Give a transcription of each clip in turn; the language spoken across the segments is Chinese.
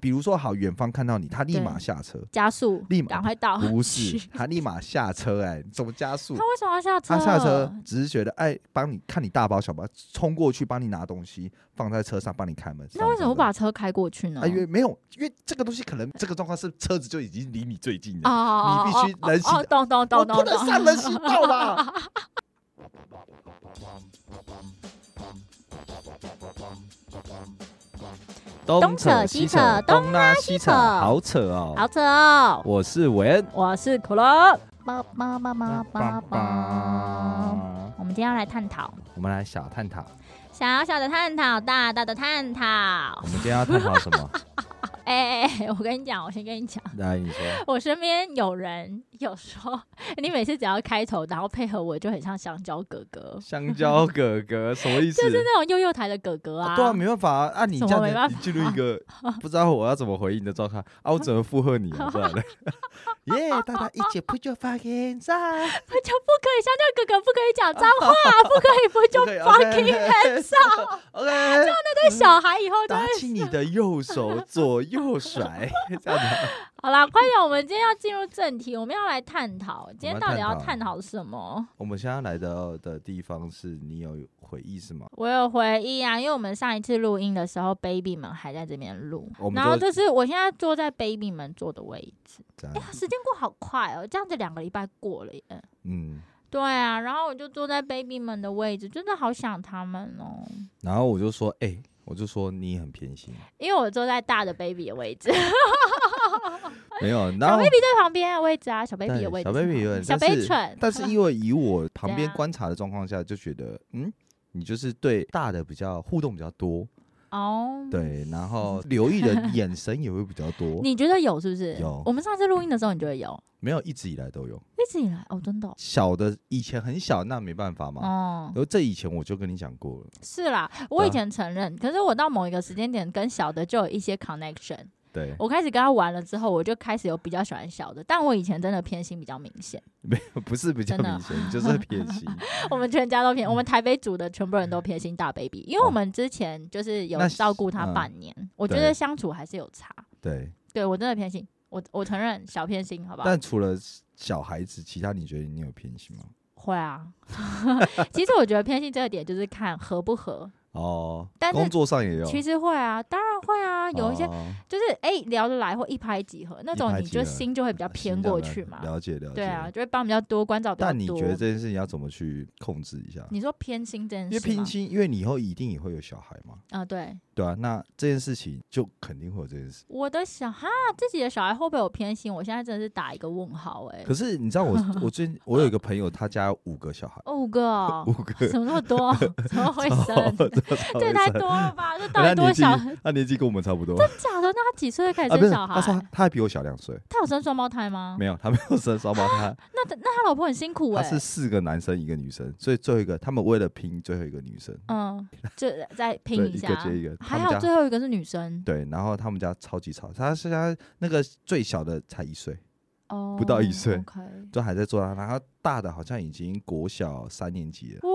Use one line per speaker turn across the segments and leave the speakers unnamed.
比如说，好，远方看到你，他立马下车，
加速，
立马
赶快到。
不是， 他立马下车、哎，怎么加速
他？为什么要下车？
他下车只是觉得，哎，帮你看你大包小包，冲过去帮你拿东西，放在车上帮你开门。
那为什么不
把？
把车开过去呢？
啊，因为没有，因为这个东西可能这个状况是车子就已经离你最近了，
哦，
你必须
哦哦
人行
哦，懂懂
我
懂
不
懂
能
懂。
上人行道啦。
东扯西扯
东拉西
扯好
扯哦
好扯哦，
我是韦恩，
我是可乐。叭叭叭叭叭叭。
爸，
我们今天要来探讨
我们来小探讨，
小小的探讨，大大的探讨。
我们今天要探讨什么？
哎、哎哎，我跟你讲，我先跟你讲。
来，你说，
我身边有人有说，你每次只要开头，然后配合我，就很像香蕉哥哥，
香 蕉哥哥什么意思？
就是那种幼幼台的哥哥啊。
对啊，没办法啊，啊你这
怎
样
么没
子
办
你
法
进入一 个不知道我要怎么回应的状态啊，我怎么附和你啊？不然呢？耶，大家一起 put your fucking hands up，
就不可以，香蕉哥哥不可以讲脏话，不可以不 就 fucking
hands up，OK，
对小孩以后就
打起你的右手，左右甩，这样 子。
好啦。快点，我们今天要进入正题，我们要来探讨今天到底要
我们要探
探讨什么。
我们现在来到的地方是你有回忆是吗？
我有回忆啊，因为我们上一次录音的时候，baby 们还在这边录
我，们
然后
就
这是我现在坐在 baby 们坐的位置。
这样
哎，呀，时间过好快哦，这样子两个礼拜过了耶。
嗯，
对啊，然后我就坐在 baby 们的位置，真的好想他们哦，
然后我就说，哎、我就说你很偏心，
因为我坐在大的 baby 的位置，
没有，然
小
后
baby 在旁边的位置啊，小 baby
对
的位置
小
是吗，
baby 有点
小 baby 蠢，
但是因为以我旁边
对啊
观察的状况下，就觉得，嗯，你就是对大的比较互动比较多，
哦，
对，然后留意的眼神也会比较多，
你觉得有是不是？
有
我们上次录音的时候，你觉得有？
没有一直以来都有。
一直以来哦，真的哦
小的以前很小，那没办法嘛。
哦
然，后这以前我就跟你讲过了，
是啦，我
啊
以前承认，可是我到某一个时间点跟小的就有一些 connection。
对，
我开始跟他玩了之后，我就开始有比较喜欢小的，但我以前真的偏心比较明显。
没有不是比较
真的啊
明显， 就是偏心。
我们全家
嗯
都偏，我们台北组的全部人都偏心大 baby，因为我们之前就是有
哦那是
照顾他
嗯
半年，我觉
对
得相处还是有差。
对，
对我真的偏心，我我承认小偏心，好不好？
但除了小孩子，其他你觉得你有偏心吗？
会啊， 其实我觉得偏心这个点就是看合不合，
哦，
但是
工作上也有，
其实会啊，当然会啊，有一些
哦
就是哎、聊得来或一拍即合那
一
种，
拍
你
即
就
合
心就会比较偏过去嘛。
了解了解。
对啊，就会帮比较多，关照比较多。
但你觉得这件事情要怎么去控制一下？
你说偏心这件
因
事
为
吗？
偏心，因为你以后一定也会有小孩嘛，
啊、对，
对啊，那这件事情就肯定会有这件事。
我的小哈自己的小孩会不会有偏心？我现在真的是打一个问号哎、
可是你知道 我，我最近我有一个朋友，他家有五个小孩，
哦五个哦
五个，
怎么那么 多？怎么会 生？这
对
也太多了吧？这到
他
底多
年纪
小？真
他年纪跟我们差不多
假的？那他几岁就开始
啊，不
生
是，
小孩？
他说他他还比我小两岁，
他有生双胞胎吗？
没有，他没有生双胞胎，
那他那他老婆很辛苦
他
哎、
是四个男生一个女生，所以最后一个他们为了拼最后一个女生，
嗯，就再拼
对
一
一
下
个，接一个他
还
们
好
家
最后一个是女生
对，然后他们家超级吵，他是他那个最小的才一岁，
哦，
不到一岁
OK，
都还在做啊，然后大的好像已经国小三年级了。
哦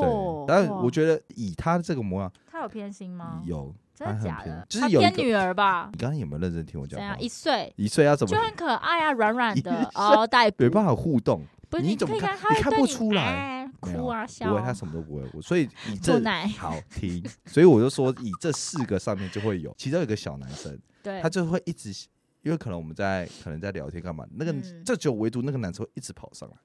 对，，但我
得
觉得以他这个模样，
他有偏心吗？
有
真
他
的
很
假
偏
的？
就是
他
有一
偏
个
女儿吧？
你刚刚有没有认真听我
怎
讲话
样？一？岁
一岁要怎么
就很可爱啊，软软的
一
哦，带
没
不
办法互动？
不是
你怎
可
么
以
看
他会
你看
对
不
你
出来
哎
没有
哭啊
不
笑
会，
啊
他，什么都不会。我所以以
吐
这
奶，
好听，所以我就说以这四个上面就会有，其中有一个小男生，
对
他，就会一直，因为可能我们在可能在聊天干嘛，那个
嗯
这就唯独那个男生会一直跑上来，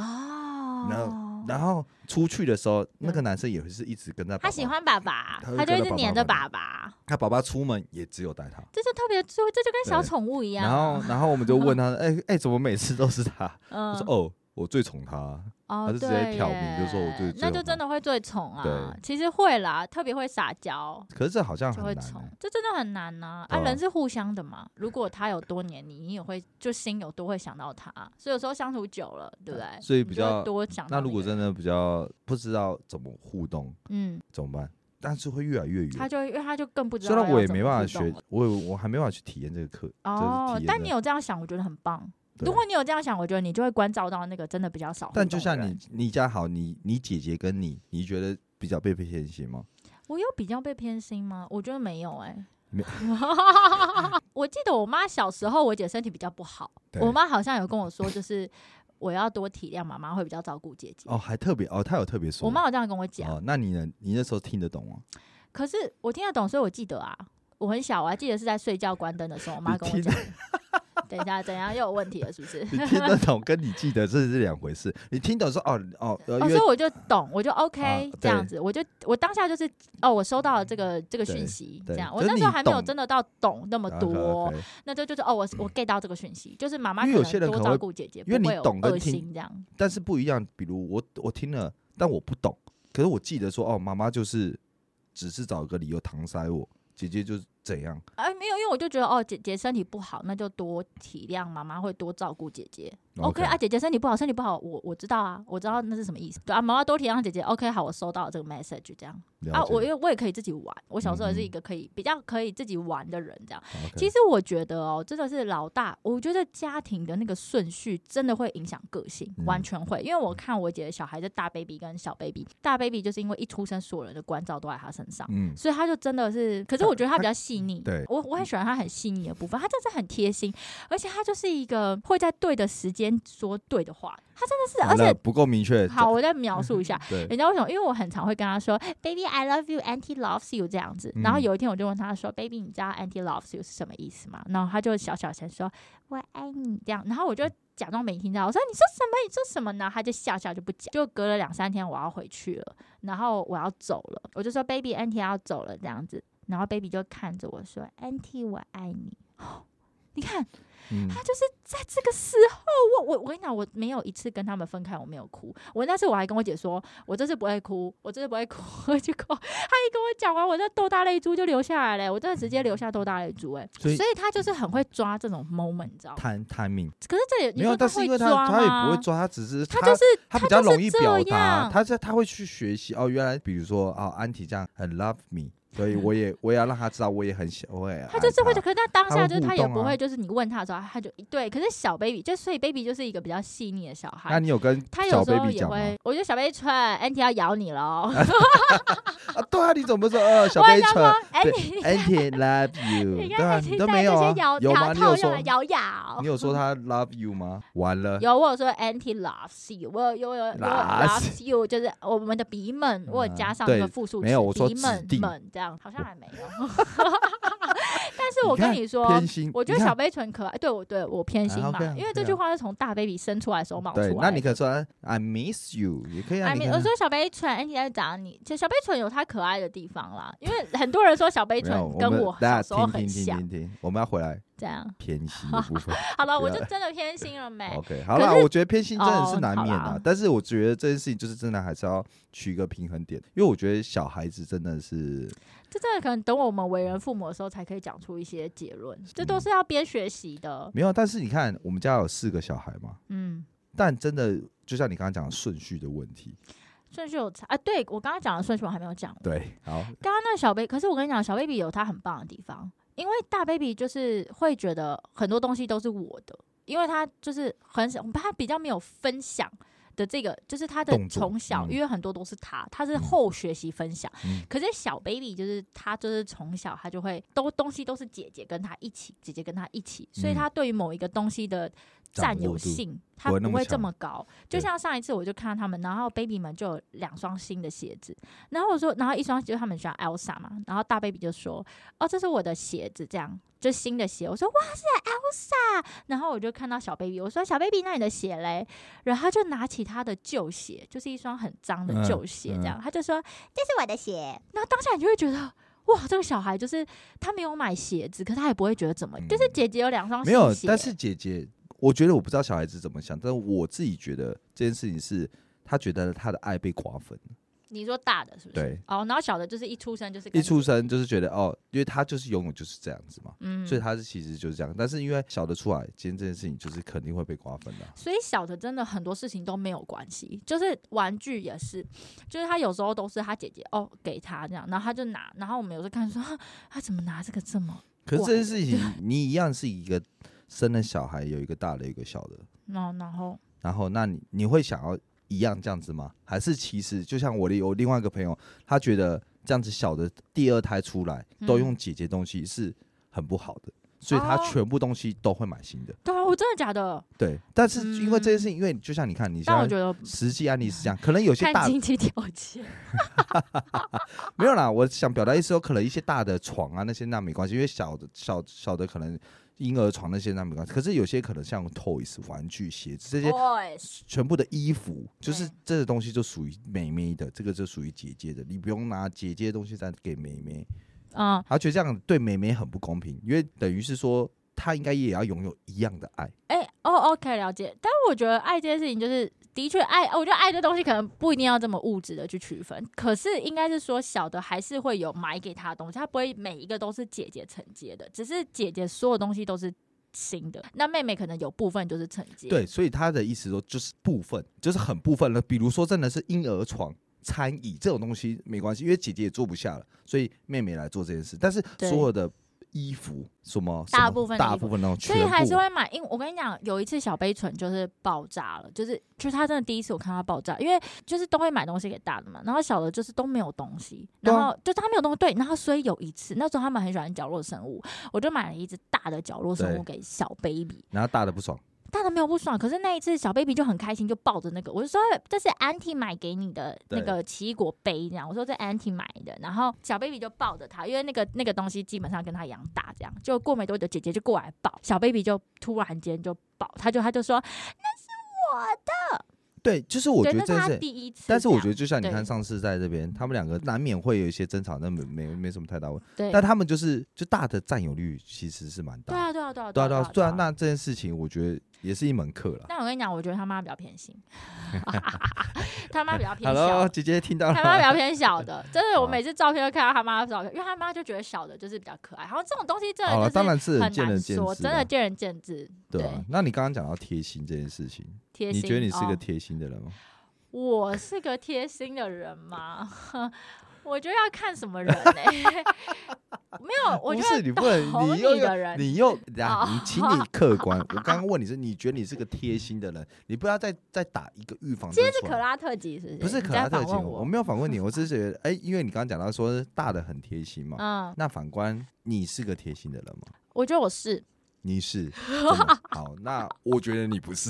哦，嗯
然后出去的时候，那个男生也会是一直跟在爸爸。
他喜欢爸爸，
他会
他就
跟着
一
爸
直
爸
黏着
玩
爸爸，
他爸爸出门也只有带他。
这就特别注意，这就跟小
对
宠物一样
然后
啊。，
然后我们就问他，哎哎、怎么每次都是他？
嗯
他说，哦，我最宠他。
哦，
他就直接
对
挑明就说我
耶
最最
那
有
就
脑
真的会最宠啊
对。
其实会啦，特别会撒娇
可是这好像
就
很
会
难、
宠
欸，，
这真的很难呐。
对
啊，
啊
人是互相的嘛。如果他有多黏你，你也会就心有多会想到他，啊所以有时候相处久了，对不对？
所以
你
比
就会
较
多想
那
到个人。
如果真的比较不知道怎么互动，
嗯，
怎么办？但是会越来越
他
远。
就会因为他就更不知道
虽
要怎么
然
互动了。
我也没办法学，我也我还没办法去体验这个课，就是
哦
体验，
但你
这个。
有这样想，我觉得很棒。
对
如果你有这样想，我觉得你就会关照到那个真的比较少互动
但
的人。
就像你你家好，你你姐姐跟你，你觉得比较被偏心吗？
我有比较被偏心吗？我觉得没有哎、
没
我记得我妈小时候，我姐身体比较不好，
对
我妈好像有跟我说，就是我要多体谅妈妈，会比较照顾姐姐。
哦，还特别哦，他有特别说，
我妈有这样跟我讲，
哦，那你呢？你那时候听得懂吗？
可是我听得懂，所以我记得啊，我很小，我还记得是在睡觉关灯的时候，我妈
你
跟我
听
讲。 等一下，等一下又有问题了，是不是？
你听得懂跟你记得这是两回事。你听懂说哦哦，呃
哦，
因
所以
为
我就懂，我就 OK、
啊
这样
对
子，我就我当下就是哦，我收到了这个这个讯
对
息，这
对
样，我
就是
那时候
你
还没有
懂
真的到懂那么
啊
多，
OK，
那就就是哦，我我 get 到这个讯息，就是妈妈
因为有些人可
多
能
照
会
顾姐姐，
因为
不
你
会有
懂跟
恶
听
心这样，
但是不一样。比如我我听了，但我不懂，可是我记得说哦，妈妈就是只是找个理由搪塞我，姐姐就是怎样。
哎，没有，因为我就觉得哦，姐姐身体不好，那就多体谅妈妈，会多照顾姐姐。OK 啊，姐姐身体不好，身体不好，我我知道啊，我知道那是什么意思。对啊，妈妈多体谅姐姐。OK，好，我收到了这个 message 这样
了
啊，
解
我因为我也可以自己玩，我小时候也是
嗯
一个可以、比较可以自己玩的人这样。
OK
其实我觉得哦，真的是老大，我觉得家庭的那个顺序真的会影响个性，
嗯
完全会。因为我看我姐的小孩，就大 baby 跟小 baby，大 baby 就是因为一出生所有人的关照都在他身上。
嗯，
所以他就真的是，可是我觉得他比较细腻，
对
我我很喜欢他很细腻的部分，他真的是很贴心，而且他就是一个会在对的时间说对的话，他真的是，而
完了
且
不够明确。
好，哎我再描述一下，
对，
人家为什么？因为我很常会跟他说，Baby I love you, Auntie loves you 这样子。然后
嗯
有一天我就问他说，Baby 你知道 Auntie loves you 是什么意思吗？然后他就小小声说，我爱你这样。然后我就假装没听到，我说你说什么？你说什么呢？他就笑笑就不讲。就隔了两三天我要回去了，然后我要走了，我就说 Baby Auntie 要走了这样子。然后 Baby 就看着我说，Auntie 我爱你。你看，
嗯，
他就是在这个时候，我我我跟你讲，我没有一次跟他们分开，我没有哭。我那次我还跟我姐说，我这次不会哭，我这次不会哭。 结果他一跟我讲完，我那豆大泪珠就流下来了，欸我真的直接流下豆大泪珠哎、
所以
所以他就是很会抓这种 moment，你知道吗？
摊摊命
可是这也你
没有，
说
但是
会
因为
抓
他
吗？
他也不会抓，他只是
他就是
他
他
比较
就是
容易
这
表达，
样
他在他会去学习哦。原来比如说啊，安提这样很 love me，所以我也我也要让他知道我也很喜我也爱
他就是会，
他
可是他当
他
下
会
就是
互
他也
动
不
啊
会，就是你问他的时候，他就对。可是小 baby 就所以 baby 就是一个比较细腻的小孩
那，你有跟
他
小
有时候
baby
也
讲吗？
会，我觉得小 baby 蠢，Andy 要咬你喽。
啊，对啊，你怎么说？呃，小
我
baby
要
蠢
说
对
Andy，
，Anti love you，
你
对
看
啊，
他
你
听
都
到
没有
那
啊
些咬，
有吗？
牙
你
套
有
用
说
来咬咬
你。有说他 love you 吗？完了，
有我有说 anti loves you，我有有有有 loves
Loves
you，就是我们的鼻们，我有加上
嗯对
那个复数词，
没有我说
鼻们
指定
们这样，好像还没有。 但是我跟
看
你说，
偏心，
我觉得
你
小
看
杯唇可爱，对我对我偏心
啊
嘛
，OK 啊，
因为
OK
这句
啊
话是从大 baby 生出来的时候冒出来
对
的。，
那你可以说 I miss you，也可以啊，
I
你
mean，
可
我
以
说小杯唇，anti 在找你，其实小杯唇有它可爱的地方啦，因为很多人说小杯
没有，
唇跟
们
我
大
小时候
家听
很
听听
像，
听听，我们要回来
这样。
偏心的部 分。
好了，
不
我
要
就真的偏心了没？
啊 OK，好
哎可
啦，
是
我觉得偏心真的
哦
是难
好
免
啦
啦，但是我觉得这件事情就是真的还是要取一个平衡点，因为我觉得小孩子真的是
这真的可能等我们为人父母的时候才可以讲出一些结论，这都是要边学习的。
没有，但是你看我们家有四个小孩嘛，
嗯，
但真的就像你刚刚讲的顺序的问题，
顺序有差啊，对我刚刚讲的顺序我还没有讲。
对， 好，
刚刚那个小 baby，可是我跟你讲，小 baby 有他很棒的地方，因为大 baby 就是会觉得很多东西都是我的，因为他就是很少，他比较没有分享。的这个就是他的
动作
从小，
嗯
因为很多都是他，他是
嗯
后学习分享。
嗯
可是小 baby 就是他，就是从小他就会都东西都是姐姐跟他一起，姐姐跟他一起，所以
嗯
他对于某一个东西的
掌
占有
握度
性，他
不会那
不
么
会这
强
么高。就
对
像上一次我就看到他们，然后 baby 们就有两双新的鞋子，然后我说，然后一双就是他们喜欢 Elsa 嘛，然后大 baby 就说，哦，这是我的鞋子，这样就新的鞋。我说哇，是 Elsa。然后我就看到小 baby，我说小 baby，那你的鞋嘞？然后他就拿起他的旧鞋，就是一双很脏的
嗯
旧鞋，这样、他就说，
这是我的鞋。
那当下你就会觉得。哇，这个小孩就是他没有买鞋子，可他也不会觉得怎么，就是
嗯
姐姐有两双
没
新
有，
鞋，
但是姐姐，我觉得我不知道小孩子怎么想，但我自己觉得这件事情是。他觉得他的爱被瓜分，
你说大的是不是？
对，
哦，然后小的就是一出生就是
一
跟
出
着，
生就是觉得哦，因为他就是永远就是这样子嘛，
嗯，
所以他是其实就是这样。但是因为小的出来，今天这件事情就是肯定会被瓜分的啊、
所以小的真的很多事情都没有关系，就是玩具也是，就是他有时候都是他姐姐哦给他这样，然后他就拿，然后我们有时候看说啊他怎么拿这个这么，
可是
怪
这件事情，你一样是一个生了小孩，有一个大的，有一个小的，
然后然后
然后那你你会想要一样这样子吗？还是其实就像我的有另外一个朋友，他觉得这样子小的第二胎出来
嗯
都用姐姐东西是很不好的，所以他
哦
全部东西都会买新的。
对啊，我真的假的？
对，但是因为这件事情，因为就像你看，你
但嗯
像
我觉得
实际案例是这样，可能有些
看
大
经济条件，
没有啦，我想表达意思说，可能一些大的床啊那些那没关系，因为小的小小的可能婴儿床那些那没关系，可是有些可能像 toys 玩具、鞋子这些
Boys
全部的衣服，就是
对
这个东西就属于妹妹的，这个就属于姐姐的，你不用拿姐姐的东西再给妹妹，
嗯，
她觉得这样对妹妹很不公平，因为等于是说她应该也要拥有一样的爱。
哎、哦，OK，了解。但我觉得爱这件事情，就是的确爱，我觉得爱这东西可能不一定要这么物质的去区分，可是应该是说小的还是会有买给他的东西，他不会每一个都是姐姐承接的，只是姐姐所有东西都是新的，那妹妹可能有部分就是承接。
对，所以她的意思说就是部分，就是很部分了，比如说真的是婴儿床。餐椅这种东西没关系，因为姐姐也坐不下了，所以妹妹来做这件事。但是
对
所有的衣服什么，
大
什么
部分的
大
衣服
部分那种，
所以还是会买，因为我跟你讲，有一次小杯唇就是爆炸了，就是就是他真的第一次我看他爆炸，因为就是都会买东西给大的嘛，然后小的就是都没有东西，
对啊
然后就他没有东西，对，然后所以有一次那时候他们很喜欢角落生物，我就买了一只大的角落生物给小 baby，
然后大的不爽，
大的没有不爽，可是那一次小 baby 就很开心，就抱着那个，我就说这是 auntie 买给你的那个奇异果杯，这样我说这 auntie 买的，然后小 baby 就抱着它，因为那个那个东西基本上跟它一样大，这样就过没多久，姐姐就过来抱小 baby，就突然间就抱，他就他就说
对，就是我觉得
对，那是
这件
他
事。
第一次这样，
但是我觉得，就像你看
对
上次在这边，他们两个难免会有一些争吵，但没没没什么太大问题。
对
但他们就是就大的占有率其实是蛮大
对
的。
啊对啊对啊
对啊对
对
啊，对啊，那这件事情我觉得也是一门课了。
那我跟你讲，我觉得他妈比较偏心， 他妈比较偏小
Hello，。姐姐听 到
他妈比
了
较偏 小的，真的，我
啊
每次照片都看到他妈的照片，因为他妈就觉得小的就是比较可爱。然后这种东西真
吗？
的
好
就
了，
是
当然是
很
见仁
难
见
说，
智
真
啦
的见仁见智。
对啊
对，
那你刚刚讲到贴心这件事情，
贴
你
心，
觉得你是个
哦
贴心的人吗？
我是个贴心的人吗？我觉得要看什 么人呢、没有，我觉
不
得
是你不能，
懂
你又
你的人
你又 啊，
哦
你请 你客观。我刚刚问你是，你觉得你是个贴心的人，你不要再再打一个预防
今
针
天是
出
可
来。
拉特辑，是不是？
不是
你
可
在
拉特
访
辑，
问
我
我。
没有反问你，我只是觉得，哎，因为你刚刚讲到说大的很贴心嘛，
嗯，
那反观你是个贴心的人吗？
我觉得我是。
你是，真 的好，那我觉得你不是。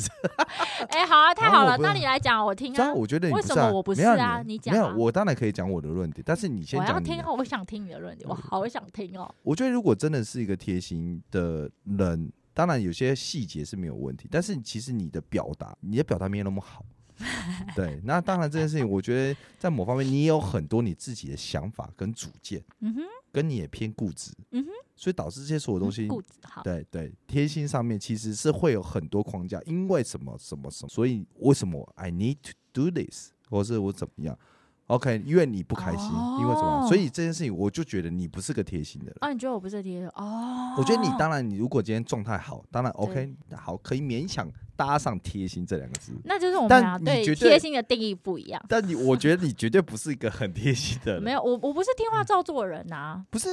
哎、好啊，太
然后
好
我
了，
不
那
是
你来讲，我听
这
啊
样。我觉得你
为
不
什
是
么
啊，
我不
没
是
有
啊你讲
没有
啊，
我当然可以讲我的论点，但是你先
我要
讲你
听
的
啊，。我想听你的论点，我好想听哦。
我觉得如果真的是一个贴心的人，当然有些细节是没有问题，但是其实你的表达，你的表达没有那么 好。对，那当然这件事情，我觉得在某方面你也有很多你自己的想法跟主见，
嗯哼，
跟你也偏固执，
嗯哼，嗯
所以导致这些所有东 西，
固执好。
对对，贴心上面其实是会有很多框架，因为什么什么什么，所以为什么 I need to do this，或是我怎么样？OK，因为你不开心，因为什么？
哦
所以这件事情我就觉得你不是个贴心的人。
哦，你觉得我不是贴心哦？
我觉得你当然，你如果今天状态好，当然 OK，好可以勉强搭上贴心这两个 字。
那就是我们
但
俩
你
对
绝
贴
对
心的定义不一样。
但你，我觉得你绝对不是一个很贴心的人，
没有，我我不是
嗯
听话照做人呐、
不是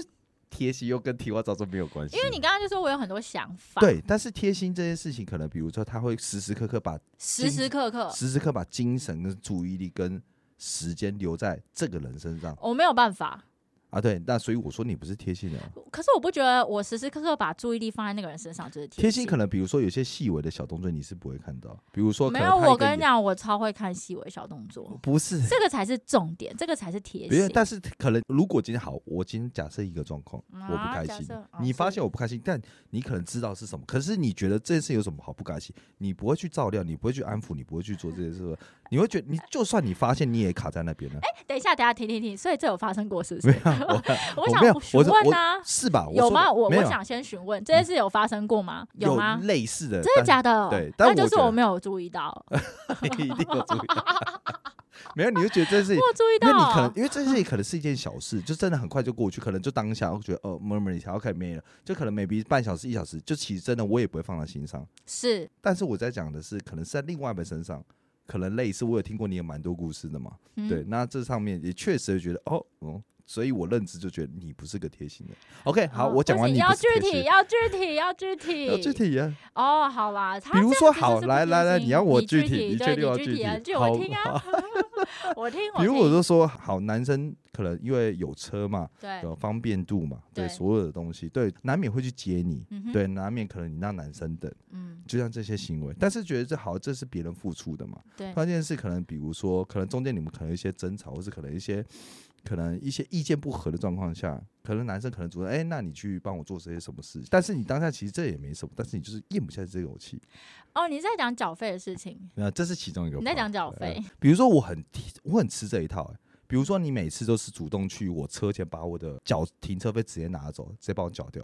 贴心又跟提花照做没有关系。
因为你刚刚就说我有很多想法，，
对，但是贴心这件事情，可能比如说他会时时刻刻把
时时刻刻
时时刻把精神跟注意力跟时间留在这个人身上
我没有办法。
啊。对，那所以我说你不是贴心的人。
可是我不觉得我时时刻刻把注意力放在那个人身上就是
贴
心
心可能比如说有些细微的小动作你是不会看到，比如说可
没
能
有，
他一
我
个
跟你
眼
讲，我超会看细微小动作，
不是
这个才是重点，这个才是贴
别
心
人，。但哦是可能如果今天好，我今天假设一个状况，
啊
我不开
假
心
设哦，
你发
是
现我不开心，但你可能知道是什么，可是你觉得这件事有什么好不开心？你不会去照料，你不会去安抚，你不会去做这件事，你会觉得你就算你发现你也卡在那边了，
等一下，等一下，停停停，所以这有发生过是不
没
是？
有，我
哎我
没有
想
我
询
是
问
我
啊，
是吧？我
有
说
吗？
的
我
没
我
有
想先询问这件事有发生过吗？有吗？
类似的，
真的假的？
对但
那
我
就是
觉得
我没有注意到，我
的？ 一定有注意到， 没有，你就觉得这件事情。
有注意
因为你可
到
能，因为这件事情可能是一件小事，就真的很快就过去，可能就当下我觉得哦，murmur 一下，OK 没了，就可能 maybe 半小时一小时，就其实真的我也不会放在心上。
是
但是我在讲的是，可能是在另外一本身上，可能类似，我有听过你也蛮多故事的嘛。
嗯
对，那这上面也确实觉得，哦，哦，所以我认知就觉得你不是个贴心的。OK，好，
哦
我讲
不
完
行
你
要
不是
具
贴
体，
心，
要具体，要具体，
要具体啊。
哦，好啦，他
比如
这
说
样子
好
就是不
来来
贴
来
心
你要我
你
具
体，
体你
对
确定要
具
具
体啊，
体
就
好
我听啊，我听，
比如
听
我就说，好，男生可能因为有车嘛，
对，
有方便度嘛，对
对
所有的东西，对，难免会去接你，
嗯哼，
对，难免可能你让男生等，
嗯，
就像这些行为，但是觉得这好，这是别人付出的嘛。
对，
关键是可能比如说，可能中间你们可能有一些争吵，或是可能一些可能一些意见不合的状况下，可能男生可能主动，哎、那你去帮我做这些什么事情，但是你当下其实这也没什么，但是你就是咽不下这口气，
哦，你在讲缴费的事情，
那这是其中一个。
你在讲缴费，
比如说我很我很吃这一套、欸，比如说你每次都是主动去我车前把我的缴停车费直接拿走，直接帮我缴掉，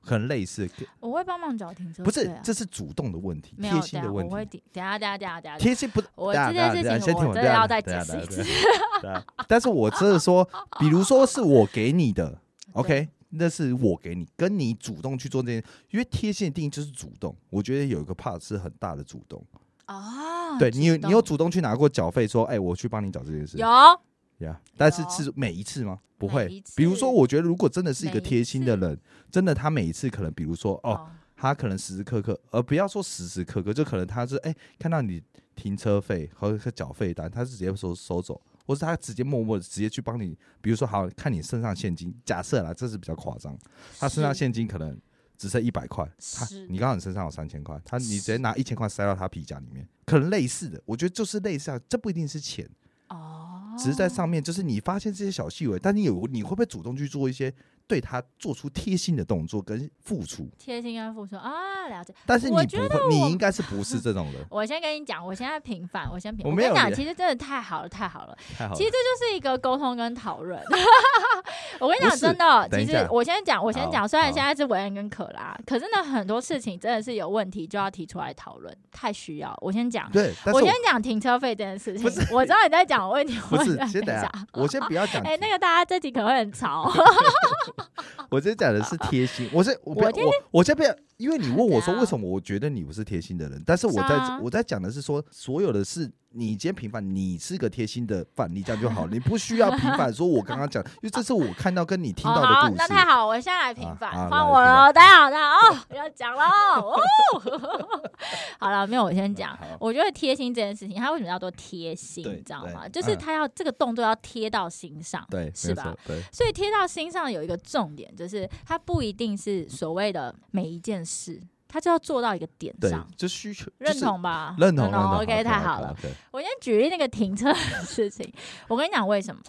很类似，
我会帮忙缴停车
不
费
是
啊，
这是主动的问题，
没有，
贴心
等
的
下
问
我会
题。
顶，等下等下等下等下等下，
贴心不，
啊
啊
我
等下
这件
等下等下
事情
先听啊
我真
等
的
下
要再
等下
解释一
等下 等下啊但是我真的说，比如说是我给你 的，OK，那是我给你，跟你主动去做这件，因为贴心的定义就是主动。我觉得有一个 part 是很大的主动，
哦，
对你有你有
主
主动去拿过缴费，说，哎，我去帮你缴这件事，
有
呀但是
有
是每一次吗？不
每
会
一。
比如说，
次
我觉得如果真的是一个
每一
贴心的
次
人，真的他每一次可能，比如说，哦，
哦
他可能时时刻刻，呃，不要说时时刻刻，就可能他是哎、看到你停车费和和缴费单，他是直接收收走，或是他直接默默地直接去帮你，比如说好看你身上现金，假设啦，这是比较夸张，他身上
是
现金可能只剩一百块，他
是
你刚好你身上有三千块，他你直接拿一千块塞到他皮夹里面，可能类似的，我觉得就是类似啊，这不一定是钱，
哦，
只是在上面就是你发现这些小细微，但你有你会不会主动去做一些对他做出贴心的动作跟付出？
贴心跟付出啊，了解。
但是你
我
不
觉得
会，
我
你应该是不是这种
？
人
我先跟你讲，我现在平反，我先平。
我没
跟
有
你讲，
也
其实真的太好了，太好了。
太好
其实这就是一个沟通跟讨论。 我跟你
不
讲，
是
真的，哦
等一
其
下
实我先讲，我先
好
讲。虽然
好
现在是文恩跟可拉，可是呢，很多事情真的是有问题就要提出来讨论，太需要。我先讲，
对，但是
我先讲停车费这件事情
不是。
我知道你在讲问题，
不
我
是
等
先
一
等一
下，
下。，我先不要讲
哎，那个大家这集可能会很吵。哦
我先讲的是贴心，我先我不要
我今
我我先不要，因为你问我说
怎样
为什么我觉得你不是贴心的人，但是我
是
在
啊
我在讲的是说所有的事。你今天平反，你是个贴心的范例，这样就好，你不需要平反。说我刚刚讲，因为这是我看到跟你听到
哦、好
的，故
那
事。
太好，我现在来平
啊
反，
啊来
换我
平
了，大家好，大家好哦，要讲了哦。 好了，没有，我先讲
好。
我觉得贴心这件事情，它为什么叫做贴心，
对
你知道
对
吗？就是
嗯
它要、这个动作要贴到心上，
对，
是
没
吧
错？？对，
所以贴到心上有一个重点，就是它不一定是所谓的每一件事，它就要做到一个点
对
上，，
就需求
认，同吧？
就是认同，认同。
OK，太好了。
OK，OK，OK。
我先举例那个停车的事情，我跟你讲为什么？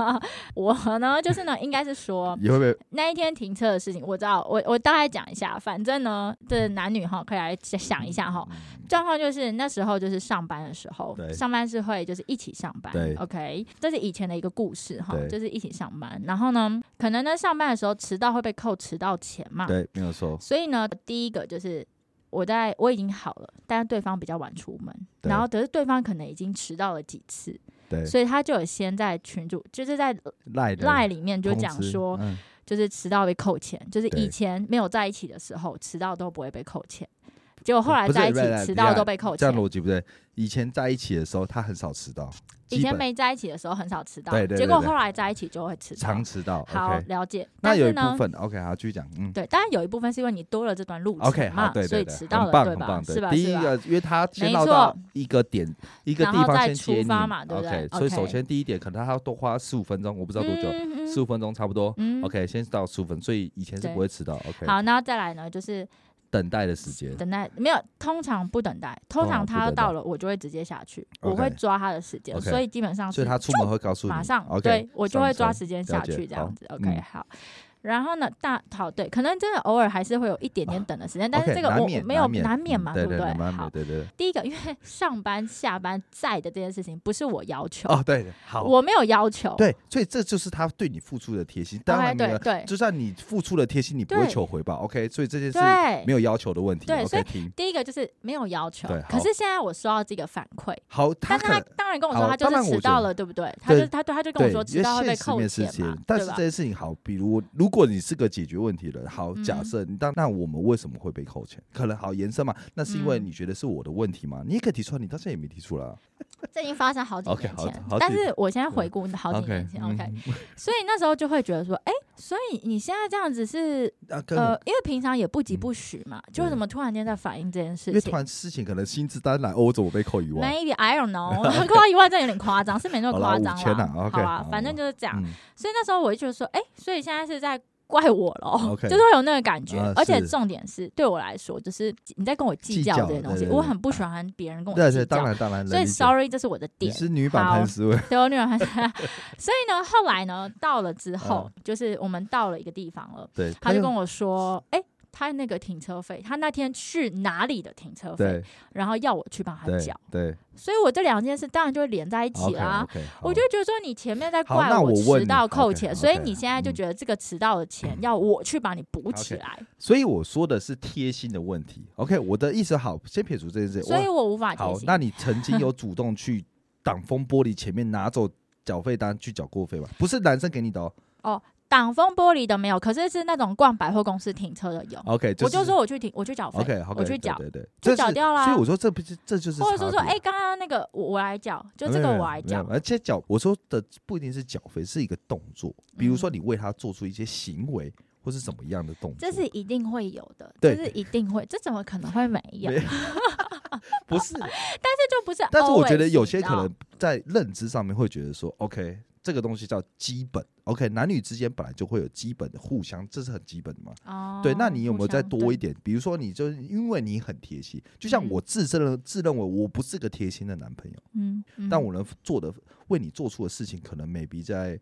我呢，就是呢，应该是说，
你会不会
那一天停车的事情，我知道，我我大概讲一下。反正呢，这男女哈可以来想一下哈。状况就是那时候就是上班的时候
嗯对，
上班是会就是一起上班
对
，OK，这是以前的一个故事哈
对，
就是一起上班。然后呢，可能呢上班的时候迟到会被扣迟到钱嘛，
对，没有错。
所以呢，第一个就是我在我已经好了，但是对方比较晚出门，
对
然后可是对方可能已经迟到了几次，
对，
所以他就有先在群主就是在
赖的
Line 里面就
通
讲
知
说。
嗯
就是迟到被扣钱，就是
对
以前没有在一起的时候，迟到都不会被扣钱，结果后来
不是
在一起
不是不是
迟到都被扣
这
钱
样。逻辑不对。以前在一起的时候，他很少迟到，
以
基
前
本
没在一起的时候很少迟到，
对对对
结果
对
后来在一起就会迟到
常。迟到。
好
OK，
了解，
那
但
有
是
一部
呢，
分 OK，好，继续讲。嗯
对，当然有一部分是因为你多了这段路
，OK，
程
好，
嘛，
对
所
对
以
对，
迟
很
到了，
棒，
对
很
吧
棒？
是吧？
第一
是吧？
个，因为他先
没
绕
错
到一个点，一个
然
地
后
方
再
先
出
接你
发嘛对不
OK，
对
所以首
OK
先第一点，可能他要多花十五分钟，我不知道多久，
嗯
十五分钟差不多。
嗯
OK，先到十五分，所以以前是
对
不会迟到。OK，
好，然后再来呢，就是
等待的时间。
等待，没有，通常不等待，通
通常
常
不
他
等待
到了，我就会直接下去，我
OK
会抓他的时间，
OK
所以基本上
所
是
以他出门会告诉你，
马上
OK，
对我就
上
会抓
车
时间
了
下
解
去这
好
样子。OK，、
嗯
好。然后呢，大好对，可能真的偶尔还是会有一点点等的时间，但
啊 OK，
是这个
难
我
免
没有
免
难
嗯
免嘛，
对
不
对？难免
好，
对对对。
第一个 因为上班下班在的这件事情不是我要求，
哦，对，好，
我没有要求，
对，所以这就是他对你付出的贴心。当然没有
哎对，对
就算你付出了贴心，你不会
对
求回报。OK，所以这件事
对
没。有要求的问题。
对
OK，
所以
听
第一个就是没有要求
对，
可
好
是现在我收到这个反馈，
好，他
但是
可
他
能
当然跟我说
好
他就
当然
是
我
迟
觉
到
得
了，对不对？他就
对
他对他就跟
对，
我说迟到
因
会
为
被
现实
扣
面是
钱嘛
钱，，但是
对吧
这？件事情好，比如如果你是个解决问题的人，好，假
嗯
设你当那我们为什么会被扣钱？可能好延伸嘛，那是因为
嗯
你觉得是我的问题吗？你也可以提出来，你当时也没提出来啊。
这已经发生好几
OK，
年
好
前
好几
了，但是我现在回顾好几
OK
年前，OK，
嗯
所以那时候就会觉得说，哎，所以你现在这样子是
啊，跟我
呃，因为平常也不急不徐嘛，就是
嗯对
怎么突然间在反映这件事
因为
情
突然事情可能薪资单来欧洲我被扣一万，
？Maybe I don't know，扣 一万这有点夸张，是没那
好
么
啦
夸张
五千啊
好
OK，
吧
好，
反正就是这样。
嗯，
所以那时候我就觉得说，哎、所以现在是在怪我喽
OK
就是会有那个感觉。
啊
而且
是
重点是对我来说，就是你在跟我计
计
较
较
这些东西，
对对
我
对
很不喜欢别人跟我计较。
对对，当然当然，
所以
能理解
sorry，这是我的
你
点。
是女版
好
潘思维，
对，我女儿还是。 所以呢，后来呢，到了
嗯
之后，就是我们到了一个地方了，
对，
他就跟
我
我说，哎、他那个停车费，他那天去哪里的停车费，
对
然后要我去帮他
对
缴，
对
所以我这两件事当然就会连在一起
，OK
啦。
OK，
我就觉得说你前面在
好
怪
那我问
迟
你
到扣
，OK，
钱，
OK，
所以你现在就
嗯
觉得这个迟到的钱要我去把你补起
OK，
来，
所以我说的是贴心的问题，OK，我的意思好，先撇除这件事，
所以
我
我无法贴
好，
心
那。你曾经 有主动去挡风玻璃前面拿走缴费单去缴过费吗？不是男生给你的哦
挡风玻璃的没有，可是是那种逛百货公司停车的有。
，OK，
哦我就是说我去停，我去缴费
OK OK，
我去缴，
对对，
就
这
缴
是
掉啦
所以我说这不是这就是
或者说说，
差别
哎，刚刚那个我我来缴，就这
没有
个
没有
我来
没有
缴。
而且缴我说的不一定是缴费，是一个动作，比如说
嗯
你为他做出一些行为或是怎么样的动作，
这是一定会有的，这
对
是一定会，这怎么可能会没有？
没不是？
这就不是 always，
但是我觉得有
你
些
知
可
道
能在认知上面会觉得说，OK，这个东西叫基本，OK，男女之间本来就会有基本的互相，这是很基本的嘛。
哦，
对，那你有
互
没有再
相
多一？点？比如说，你就是因为你很贴心，就像
嗯
我自身的自认为我不是个贴心的男朋友，
对嗯，嗯
但我能做的为你做出的事情，可能 maybe 在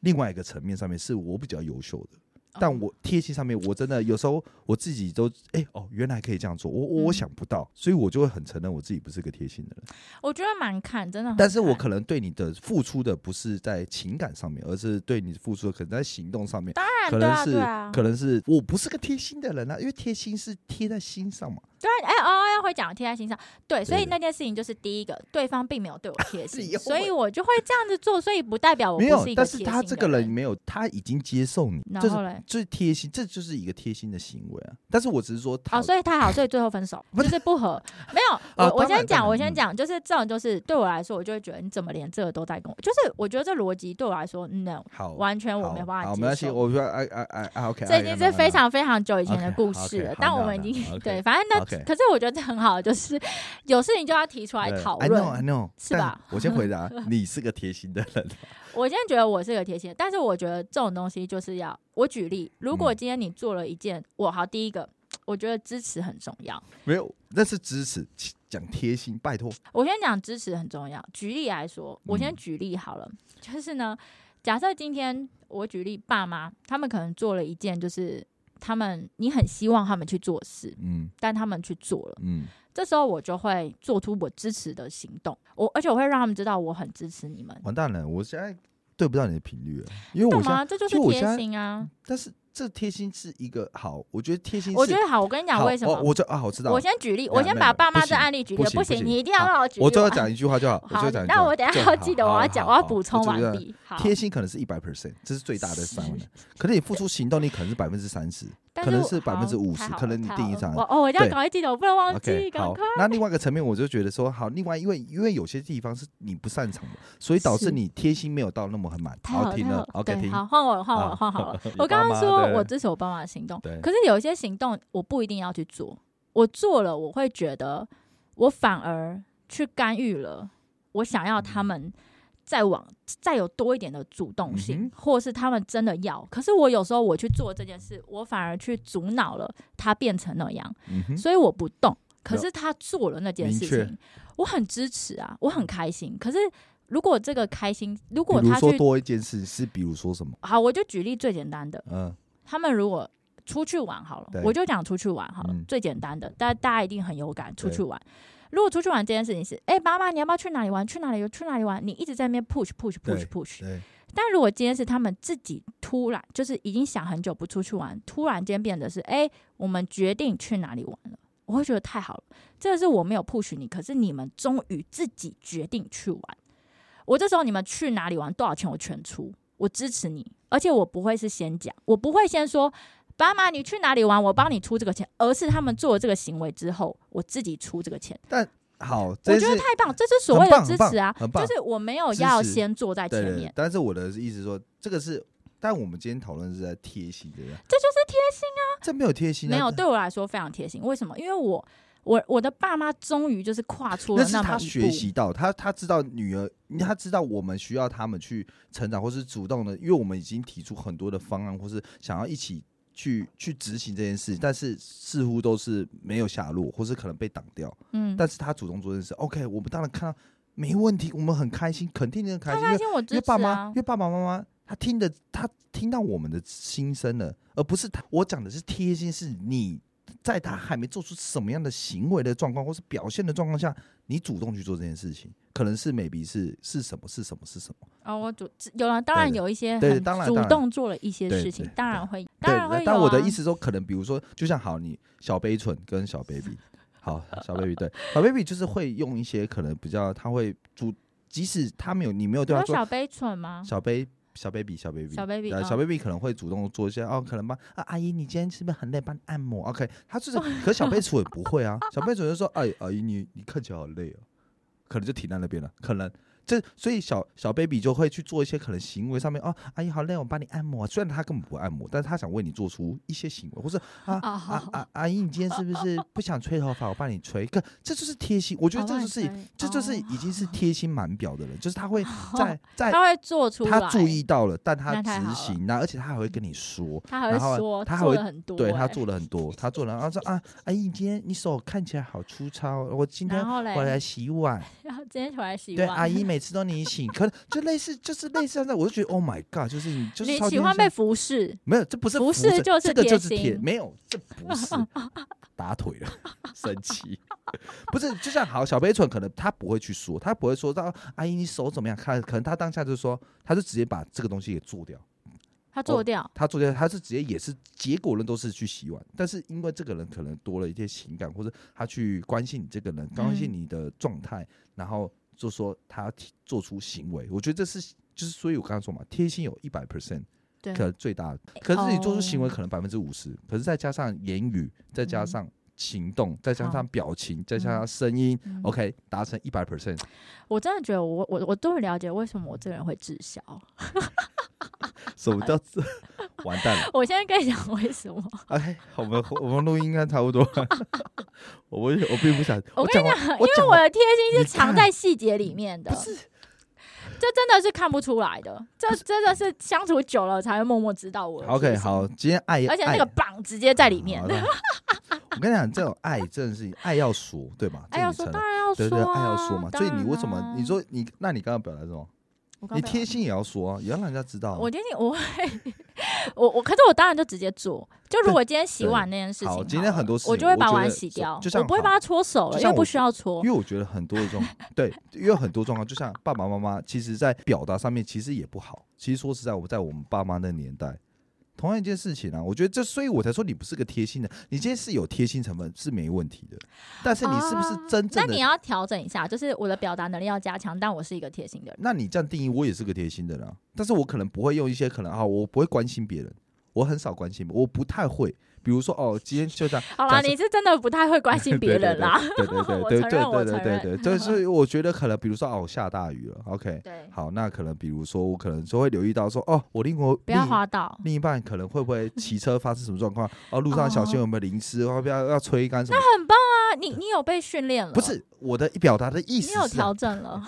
另外一个层面上面是我比较优秀的。
哦
但我贴心上面，我真的有时候我自己都哎、哦，原来可以这样做，我我我
嗯
想不到，所以我就会很承认我自己不是个贴心的人。
我觉得蛮看，真的很看。
但是我可能对你的付出的不是在情感上面，而是对你付出的可能在行动上面，
当然
可
对
能
啊
是、
对啊，
可能是我不是个贴心的人啊，因为贴心是贴在心上嘛。
对啊，哎、哦，要会讲贴在心上，对，所以
对
那件事情就是第一个，对方并没有对我 贴
自己
心，
又
所以
会
我就会这样子做，所以不代表我不
没有
一，个
但
贴
是
心的
他这个人没有，他已经接受你，
然
这是
后嘞
这是贴心，这就是一个贴心的行为啊。但是我只是说他，
哦，所以他好，所以最后分手
不
就是是 不合，没有，我、
啊
我
当然
先讲，
当
我
然
先
嗯
讲，就是这种就是对我来说，我就会觉得你怎么连这个都在跟我，就是我觉得这逻辑对我来说，no，
好，
完全我
好
没有办法
好，
接
没关系，
受。
我说哎哎哎哎，OK，
这
哎
已经
那
是非
那
常非常久以前的
OK，
故
好
事了
OK，
但
好
我
那
们已
那
经
OK，
对，反正那
OK
可是我觉得很好，就是有事情就要提出来
对
讨
I
论。
know, I know，
是吧
但我先回 答，你是个贴心的人，
我现在觉得我是个贴心，但是我觉得这种东西就是要我举例，如果
嗯
今天你做了一件，我好第一个，我觉得支持很重要。
没有，那是支持，其讲贴心，拜托，
我先讲支持很重要。举例来说，我先
嗯
举例好了，就是呢，假设今天我举例爸妈，他们可能做了一件就是他们你很希望他们去做事，
嗯
但他们去做了，
嗯，
这时候我就会做出我支持的行动，我而且我会让他们知道我很支持你们。
完蛋了，我现在对不到你的频率了，因为我
干
现在，
嘛？这就是
因为我现
贴
在
心啊！
但是这贴心是一个好，我觉得贴心是，
我觉得好，我跟你讲
好
为什么
我？我就啊，我知道了，
我先举例，
没有
我先
没有
把
没有
爸妈
不
这
行
案例举例
不，行
不
不行
你一定要
好
让我举例。
我最后
完
讲一句话就好，我最
好
后讲，一句
那
话
我等一
就
下要
好
记得，
好
我要
好
讲，
好
我要
好
补充
我觉
完
得
毕。好，
贴心可能是一百 percent，这是最大的范围， 可是你付出行动力可能是百分之三十，
但
可能
我
是
好
50%
太好
可
了
能你
太
定
好
义
了
上
我哦，我一定要
对
赶快记得，我不能忘
OK，
记，赶
好
快。，
那另外一个层面，我就觉得说，好，另外因为因为有些地方是你不擅长的，所以导致
是
你贴心没有到那么很满。
太好了，
停
太好
了
了
，OK，
对，
停。
好，换我了，换我了，
啊
换好了
你。
我刚
爸妈
刚说
对
我支持我爸妈的行动
对，
可是有一些行动我不一定要去做，我做了我会觉得我反而去干预了，我想要他们再往再有多一点的主动
嗯
性
嗯，
或是他们真的要。可是我有时候我去做这件事，我反而去阻挠了他变成那样，
嗯哼，
所以我不动。可
了
是他做了那件
明
事
确
情，我很支持啊，我很开心。可是如果这个开心，如果
比如
他
说
去
多一件事是，比如说什么？
好，我就举例最简单的，
嗯，
他们如果出去玩好了
对，
我就讲出去玩好了，
嗯
最简单的，大大家一定很有感，出
对
去玩。如果出去玩这件事情是，哎、妈妈，你要不要去哪里玩？去哪里？去哪里玩？你一直在那边 push push
对
push push。
对，
但如果今天是他们自己突然，就是已经想很久不出去玩，突然间变得是，哎、我们决定去哪里玩了，我会觉得太好了，这个是我没有 push 你，可是你们终于自己决定去玩。我这时候你们去哪里玩，多少钱我全出，我支持你，而且我不会是先讲，我不会先说爸妈你去哪里玩，我帮你出这个钱，而是他们做了这个行为之后，我自己出这个钱。
但好，
我
这
觉得
是
太棒，这是所谓的
很棒
支
很棒
持啊，
很棒
就是我没有要
支持
先坐在
对
前
对
面
对，，但是我的意思是说，这个是，但我们今天讨论是在贴心，对不对？
这就是贴心。
这没有贴心啊，
没有，对我来说非常贴心。为什么？因为我我我的爸妈终于就是跨出了
那是
么
他
一
学
步。
习到，他他知道女儿，他知道我们需要他们去成长，或是主动的，因为我们已经提出很多的方案，或是想要一起去去执行这件事，但是似乎都是没有下落，或是可能被挡掉。
嗯，
但是他主动做这件事，OK，我们当然看到没问题，我们很开心，肯定很开
他
心，因为
开心我
因
支
为
持
爸妈，
啊
因。为爸爸妈妈他听的，他听到我们的心声了，而不是他。我讲的是贴心，是你在他还没做出什么样的行为的状况，或是表现的状况下，你主动去做这件事情，可能是 maybe 是是什么是什么是什么，
哦，我主有了，当然
对
有一些
对
很
当然
主
当然
动做了一些
对
事情
对，
当
对
然会，当
对
然会有啊。
但我的意思说，可能比如说，就像好，你小杯蠢跟小 baby，好小 baby 对小 baby 就是会用一些可能比较，他会主，即使他没有你没有
你
对他
说
做
小悲蠢吗？
小 baby 小 baby 小 baby
小 baby，
呃
嗯
小 baby 可能会主动做一些哦，可能帮啊阿姨，你今天是不是很累？帮你按摩，OK？他就是，可是 小贝楚也不会啊，小贝楚就说，哎阿姨你你看起来好累哦，可能就停在那边了，可能。这所以小小 baby 就会去做一些可能行为上面哦，阿姨好累，我帮你按摩啊。虽然他根本不按摩，但是他想为你做出一些行为，或是啊
哦
啊啊阿姨，你今天是不是不想吹头发？我帮你吹。可这就是贴心，我觉得
好
这
吧
就
你
是
可以
这就是
哦
已经是贴心满表的人，就是他 会在在
他会做出来，
他注意到了，但他
那太好
执
了
行，那而且他还会跟你说，
他还
然后
会说，
他还
做
会
了很多欸，
对他做了很多，他做了，然后说啊，阿姨，你今天你手看起来好粗糙，我今天
然后嘞，
我来洗碗，
然后今天回来洗
对，阿
碗。
姨每次都你洗，可能就类似就是类似这样的，我就觉得 Oh my God，就是你就是
你
超
喜
天
欢
下
被服侍，
没有，这不是服
不是
侍
就是
这个
贴
就是贴，
心
没有，这不 是打腿了，生气， 不是就像好小悲蠢，可能他不会去说，他不会说到阿姨你手怎么样，看，可能他当下就说，他就直接把这个东西给做掉。
他做掉，
他做掉，他是直接也是结果论都是去洗碗，但是因为这个人可能多了一些情感，或者他去关心你这个人，关心
嗯
你的状态，然后就说他提做出行为，我觉得这是就是所以我刚刚说嘛，贴心有一百 percent
对，
可能最大，可是你做出行为
哦
可能百分之五十，可是再加上言语，再加
嗯
上行动，再加
好
上表情，再加
嗯
上声音。
嗯
OK，达成一百 percent，
我真的觉得我我我终于了解为什么我这个人会滞销。
什么叫这 完蛋了？
我现在跟你讲为什么？
哎，我们我们录音应该差不 多了。我不是我并不想，
我跟
讲
你
完
讲，因
我
为
讲
我
完
的贴心是
你
藏
看
在细节里面的
不，是
这真的是看不出来的，这真的是相处久了才会默默知道我的贴
OK
心，
好，今天爱
而且那
爱
个榜直接在里面
好。的我跟你讲，这种爱真的是爱要说，对吧？
哎
这
呀，
你
说
承
当
认
然要
对
说
对，爱
啊，
要说嘛。
当
所以你
然
为什么
啊
你说你那你刚刚表达什么？
我刚
你
表
贴
达
心也要说啊，也要让人家知道啊。
我今天 我会我我，可是我当然就直接做。就如果今天洗
对
碗那件事情好
好
了，
今天很多事
我
情
就会
我
把
觉
碗
得
洗
就
掉，
就像
我不会
好
帮他搓手了，
就
又
像
不
我
需要搓
因。为我觉得很多的这种对，因为很多状况，就像爸爸妈妈，其实在表达上面其实也不好。其实说实在，我在我们爸妈那年代，同样一件事情啊，我觉得这，所以我才说你不是个贴心的，你今天是有贴心成分是没问题的，但是你是不是
啊
真
那
正的？
你要调整一下，就是我的表达能力要加强，但我是一个贴心的人。
那你这样定义，我也是个贴心的人啊，但是我可能不会用一些可能啊，我不会关心别人，我很少关心，我不太会。比如说哦，今天就这样，
好啦，
假设
你是真的不太会关心别人啦。
对对对
我
对
承
对
认我
对对
承
对
认
对对，就是我觉得可能比如说哦下大雨了，OK，
对，
好，那可能比如说我可能就会留意到说哦，我另外
不要
另
滑倒。
另一半可能会不 会骑车发生什么状况，哦路上小心
哦
有没有淋湿，要不要要吹干什么？
很棒啊，你你有被训练了，
不是我的表达的意
你
思
有
是啊
调整了，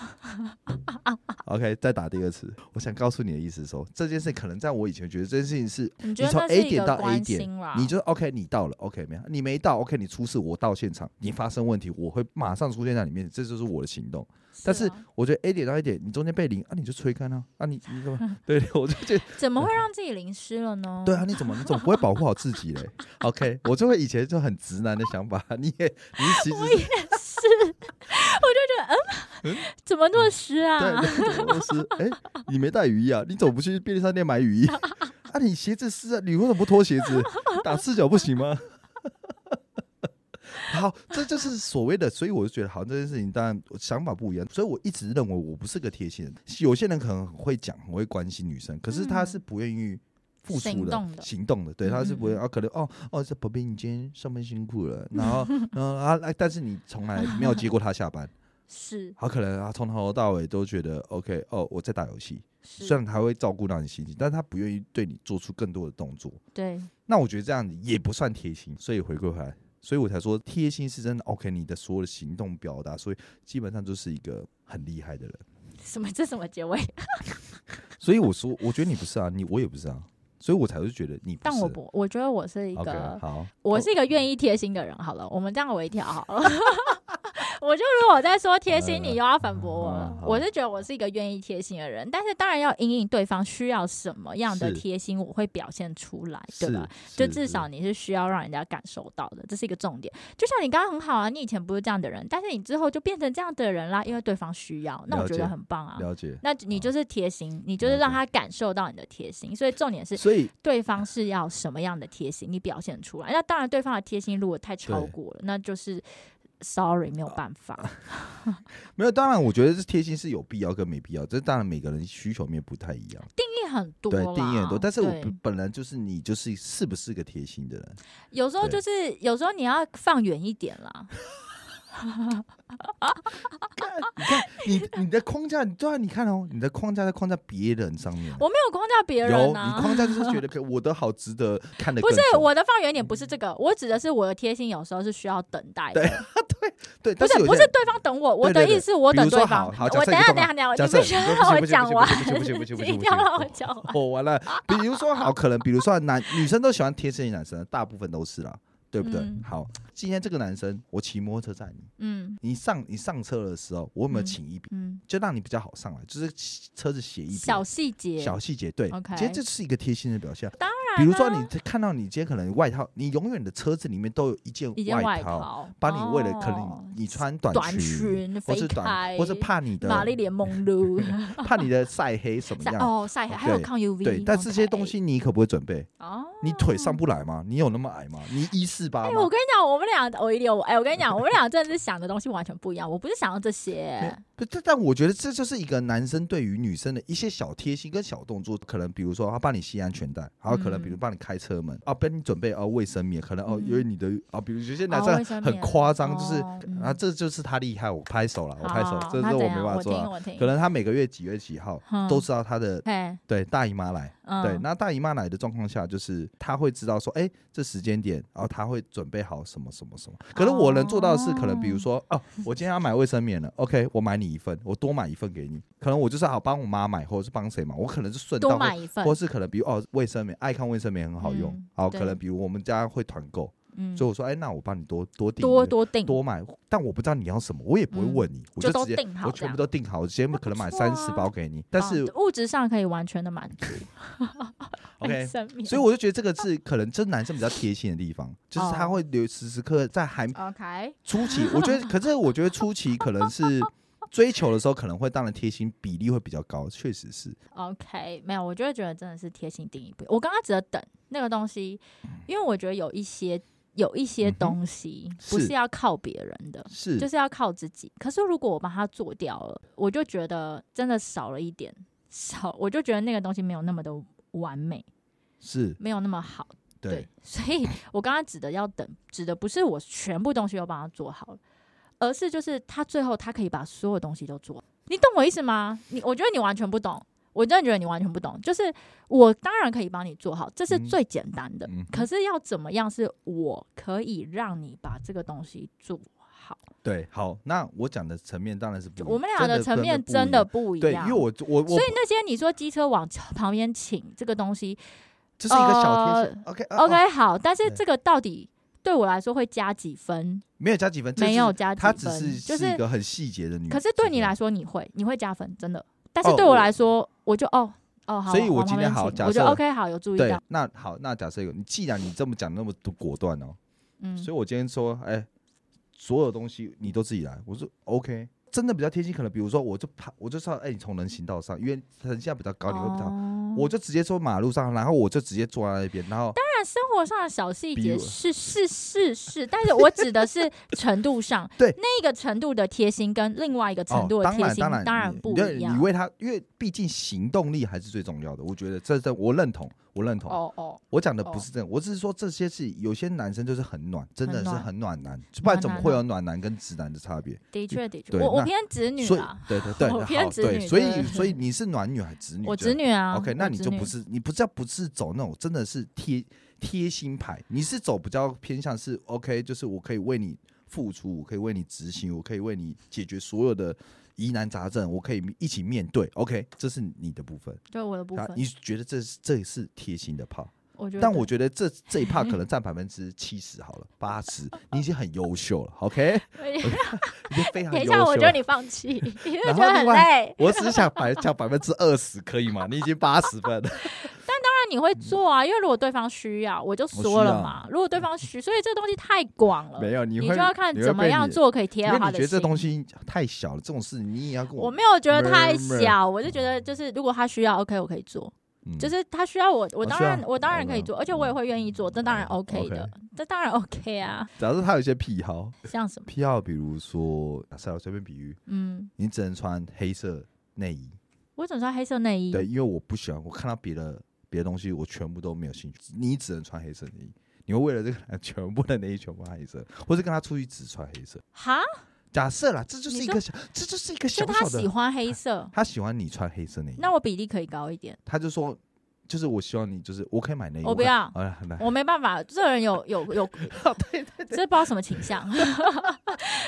，OK，再打第二次。我想告诉你的意思是说，这件事可能在我以前觉得这件事情是
你觉得
从
那
A
是一
点
个
到 A
关
点
心啦？
你就 OK，你到了 OK 没有？你没到 OK，你出事我到现场，你发生问题我会马上出现在里面，这就是我的行动。但是
啊
我觉得 A 点到 A 点，你中间被淋啊，你就吹干啊，啊你你干 嘛？对，我就觉得
怎么会让自己淋湿了呢？
对啊，你怎么你怎么不会保护好自己嘞？OK，我就会以前就很直男的想法，你也你其实是
是，我就觉得嗯，怎么那么湿
对
啊？
对，对我是哎，你没带雨衣啊？你怎么不去便利商店买雨衣？ 啊，你鞋子湿啊，你为什么不脱鞋子？打赤脚不行吗？ 好，这就是所谓的，所以我就觉得，好，这件事情当然我想法不一样，所以我一直认为我不是个贴心人。有些人可能很会讲，很会关心女生，可是他
嗯
是不愿意付出
行动的
行动的，对，他是不会
嗯嗯
啊，可能哦哦，这宝贝你今天上班辛苦了，然 后然后啊，哎但是你从来没有接过他下班，
是
他可能啊从头到尾都觉得 OK 哦，我在打游戏，虽
是，
然他会照顾到你心情，但他不愿意对你做出更多的动作，
对，
那我觉得这样子也不算贴心，所以回归回来，所以我才说贴心是真的 OK，你的所有的行动表达，所以基本上就是一个很厉害的人。
什么这什么结尾？
所以我说，我觉得你不是啊，你我也不是啊，所以我才会觉得你不是。
但我不，我觉得我是一
OK，
个，
好，
我是一个愿意贴心的人。好了，我们这样为一条好了。 我就如果在说贴心，
嗯
你又要反驳我了
嗯。好
我是觉得我是一个愿意贴心的人，但是当然要因应对方需要什么样的
是
贴心，我会表现出来，哎对
是
吧？？
是
就至少
是
你是需要让人家感受到的，这是一个重点。就像你刚刚很好啊，你以前不是这样的人，但是你之后就变成这样的人啦，因为对方需要，那我
了
觉
解
得很棒啊。
了解。
那你就是贴心，你就是
了解
让他感受到你的贴心，所以重点是
所以
对方是要什么样的贴心，你表现出来。那当然，对方的贴心如果太超
对
过了，那就是 sorry 没有办法。
没有，当然，我觉得这贴心是有必要跟没必要，这当然每个人需求面不太一样，
定义很多
对
啦，，
定义很多。但是我
对
本本来就是你就是是不是个贴心的人，
有时候
对
就是有时候你要放远一点啦。
你你的框架，对啊，你看哦，你的框架在框架别人上面。
我没有框架别
有，你
人啊。
框架就是觉得可我的好值得看的，
不是我的放远点，不是这个，我指的是我的贴心有时候是需要等待的，
对，
不
但
是
有
不
些
是对方等我，我的
对对对
意思是我
比如
等对
说
方。
好好假
我
设
等一
你
下
干
等一
嘛
下等一
假
下，你
设你
必须
不
让我
行不行
讲完，
不行不行不行不行不行不行不行
你一定要让我讲完。
哦，完了，比如说好，可能比如说男女生都喜欢贴身的男生，大部分都是啦，对不对？
嗯
好，今天这个男生我骑摩托车载你，
嗯
你上你上车的时候，我有没有
嗯
请一笔，
嗯，
就让你比较好上来，就是车子斜一边。
小细节，
小细节，对
OK
其实这是一个贴心的表现。
当啊
然，比如说你看到你今天可能外套，你永远的车子里面都有一件
一件外
套，
套，
把你为了可
哦
能你穿短
短裙、
或
肥
是短，
开，
或是怕你的
玛丽莲梦 露
怕你的晒黑什么
晒
样。
哦晒黑，还有
对
抗 UV，
对，但这些
OK
东西你可不会准备，
哎哦。
你腿上不来吗？你有那么矮吗？你一四八
哎，
吗
我？跟你讲，我们俩我一溜，哎，我跟你讲，我们俩真的是想的东西完全不一样。我不是想要 这些，
不但但我觉得这就是一个男生对于女生的一些小贴心跟小动作，可能比如说啊他帮你系安全带，还有可能
嗯
比如帮你开车门啊，帮你准备啊卫生棉，可能哦
嗯
因为你的啊，比如有些
哦
男
卫生
生很
棉
夸张，就是
哦嗯
啊这就是他厉害，我拍手了，我拍手
好，
这
那
是
怎
我
样
没办法
我
做
听
到。
我听，
可能他每个月几月几号
嗯
都知道他的
嘿，
对大姨妈来，
嗯，
对，那大姨妈来的状况下，就是她会知道说，哎、这时间点，然后她会准备好什么什么什么。可是我能做到的是，可能比如说，哦，我今天要买卫生棉了，OK，我买你一份，我多买一份给你。可能我就是好帮我妈买，或者是帮谁买，我可能是顺
多
道，
买一份
或，是可能比如哦，卫生棉，爱康卫生棉很好用，
嗯
好，
对
可能比如我们家会团购，
嗯
所以我说，哎、那我帮你多多订一
多
个
多定
多买，但我不知道你要什么，我也不会
嗯
问你，我
就都
直接
定好
我
这
全部
样
都订好，我直接
那
可能
不
买
错
三十
啊
包给你，但
哦
是、
物质上可以完全的满足。
OK，
生命
所以我就觉得这个是可能就是男生比较贴心的地方，就是
哦
他会留时时刻刻在还
OK，
初期，我觉得，可是我觉得初期可能是追求的时候，可能会当然贴心比例会比较高，确实是
OK，没有，我就会觉得真的是贴心定义不一。我刚刚只得等那个东西，因为我觉得有一些有一些
嗯哼
东西不
是
是要靠别人的，
是
就是要靠自己。可是如果我把它做掉了，我就觉得真的少了一点，少，我就觉得那个东西没有那么的完美，
是，
没有那么好。
对，，
所 以我刚刚指的要等，指的不是我全部东西都帮他做好了，而是就是他最后他可以把所有东西都做好。你懂我意思吗？你我觉得你完全不懂，我真的觉得你完全不懂。就是我当然可以帮你做好，这是
嗯
最简单的。
嗯哼
可是要怎么样是我可以让你把这个东西做好？
对，好，那我讲的层面当然是不
就
一
我们
嗯
俩
真
的
的
层面
不一
真的
样
不一
对，
样。
因为我我
所
我
以那些你说机车往旁边请这个东西，
这是一个小贴心，OK 哦 OK，
呃 OK，好，但是
呃对
这个到底对我来说会加几分？
没有加几分，这
没
是
有加几
她
分，
只是
就是
一
是，
个很细节的女，
可是对你来
说，
说你会，你会加分，真的。但是
哦
对我
我
来说，我就哦哦好，
所以
往
我
旁
今
边
天好
请
假
我觉得
设
OK 好，有注意
对
到，，
那好，那假设有，你既然你这么讲那么多果断哦，
嗯，
所以我今天说，哎、所有东西你都自己来。我说 OK，真的比较贴心，可能比如说我就爬，我就说，哎、你从人行道上，因为人现在比较高，你会比较，
哦
我就直接说马路上，然后我就直接坐在那边，然后
当然生活上的小细
比
节
我
是是是是，但是我指的是程度上，
对
那个程度的贴心跟另外一个程
哦
度，的
当
贴
然
心
当然
当然
你
不
对
一
你
样。
为他，因为毕毕竟行动力还是最重要的。我觉得这这我认同，我认同。
哦哦，
我讲的不
哦
是这样，我只是说这些是有些男生就是很暖，真的
很
是
暖
很暖男，不然怎么
暖男
会
啊
有暖男跟直男的差别？
的确的确，
对
我我
那
偏直女
所以
啊，
对对对，
我
好
偏直
对，
女
所
对
以所以你是暖女还是直女？
我
这样
直女啊。
OK，那
我
你
直
就
女
不是你不叫不是走那种真的是贴贴心牌，你是走比较偏向是 OK，就是我可以为你付出，我可以为你执行，我可以为你解决所有的疑难杂症，我可以一起面对。OK，这是你的部分，
就我的部
啊
分，
你觉得这是这是贴心的 part，
我觉得
但我 觉得这这一 part 可能占百分之七十好了，八十，你已经很优秀了，OK，已经非常
等一
优秀
下，我觉
了。
得你放弃， 因为觉
然后
得很
另外
累。
我只想百讲百分之二十可以吗？你已经八十分了，
那你会做
嗯
啊？因为如果对方需要，我就说了嘛。如果对方需，所以这个东西太广了，
没有，你
你
会
就要看
你会
怎么
被
样
你
做可以贴
因
到
为
他
你
的
觉
心。
得这东西太小了，这种事你也要跟
我
我，
没有觉得太
murmur
小，我就觉得就是如果他需要，OK，我可以做。
嗯
就是他需要我，我
哦
当
需要
然我当然可以
OK
做，而且我也会愿意做，这当然
哦
OK 的
OK，
这当然 OK 啊。
假设他有一些癖好，
像什么，
癖好比如说，假设我随便比喻，
嗯，
你只能穿黑色内衣，
我总穿黑色内衣，
对，因为我不喜欢，我看到别的别的东西，我全部都没有兴趣，你只能穿黑色内衣，你会为了这个男 全部的内衣全部穿黑色，或是跟他出去只穿黑色。
哈，
假设啦，这就是一
你
个小，这就是一个
就
小
他
小
喜
的，
欢黑色，
他喜欢你穿黑色内衣，
那我比例可以高一点，
他就说，就是我希望你，就是我可以买哎内衣，
我不
可以
要
好了，来，
我没办法，这人有有 有，
哦
这不知道什么倾向，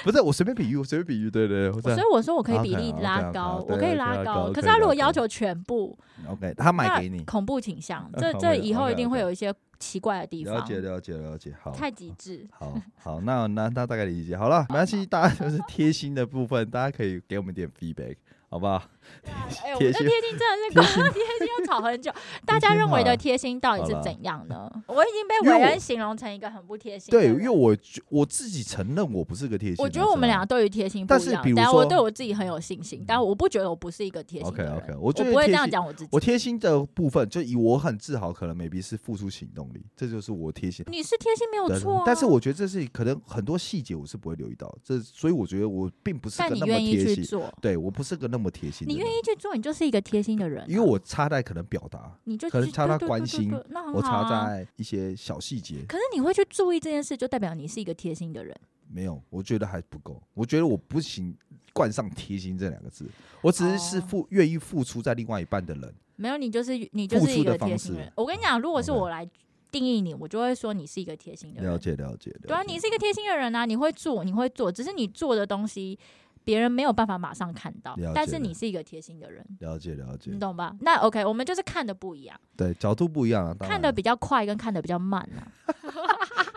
不是我随便比喻，我随便比喻，对对对，我这
所
样
以我说我可以比例
OK，OK，OK，
拉高，
对
我可以
对
拉
拉
高，
高
可
可
是
以
他如
拉
果要
高
求全部，
OK，他买
那
给你，
恐怖 倾向，
嗯
这
恐怖
这
倾
以后一
，OK，
定会
OK
有一些奇怪的地
了
方，
解了解了解，好，
太极致，
好好，那那那大概理解好了，没关系，大家就是贴心的部分，大家可以给我们点 feedback，好不好？
哎，我们这
哦贴心
贴心真 的是贴心要吵很久。大家认为的贴心到底是
好啦
怎样 呢？我已经被
因为
伟
我
人形容成一个很不贴心的
对，
人。
因为我觉我自己承认我不是个贴心的人，
我觉得我们俩对于贴心不
但
一
是
样
比，如
但
说
我对我自己很有信心，但我不觉得我不是一个贴心的
OK
人。
OK，
我
我觉得
不会
贴
这样
心。
讲我自己。
我贴心的部分，就以我很自豪，可能 maybe 是付出行动力，这就是我贴心。
你是贴心没有
对
错、啊，
但是我觉得这是可能很多细节我是不会留意到的，这所以我觉得我并不是
但
个
你
那么
愿意
贴
去
心，
做，
对我不是个那么贴心的
你
人。
愿意去做，你就是一个贴心的人啊、
因为我差在可能表达，
你就
可能
去
差
对
到
对对
关
对
心
对那很
我
好
差
啊。
在一些小细节
可是你会去注意这件事，就代表你是一个贴心的人。
没有，我觉得还不够。我觉得我不行，冠上贴心这两个字，我只是是
哦
付愿意付出在另外一半的人。
没有，你就是你就
付
是
出
一
的
个贴
方
心
式
人。我跟你讲，如果是
OK
我来定义你，我就会说你是一个贴心的
了
人。
解了解，
对啊，
了解
你是一个贴心的人啊，你会做，你会做，只是你做的东西别人没有办法马上看到
了，
但
解
是
了
你是一个贴心的人，
了解了解
你，懂吧？那 OK，我们就是看的不一样，
对角度不一样啊，当
看啊
然
的比较快跟看的比较慢啊。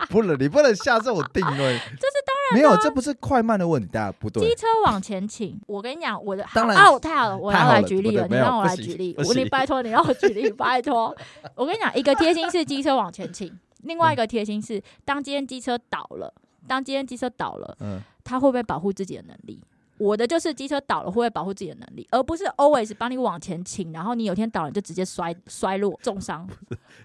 不能你不能下这种定论，这是当然没有，这不是快慢的问题，大家不
啊机
对，
车往前请，我跟你讲，我的
当然
哦，太好了，我
太
要
好
来
了
举例
不对
了，你
没有
让我
不
来
行
举例，
不
我你
行
拜托你让我举例， 拜托。我跟你讲，一个贴心是机车往前倾，另外一个贴心是当今天机车倒了，当今天机车倒了，
嗯，
他会不会保护自己的能力？我的就是机车倒了会不会保护自己的能力，而不是 always 帮你往前倾，然后你有一天倒了你就直接摔摔落重伤。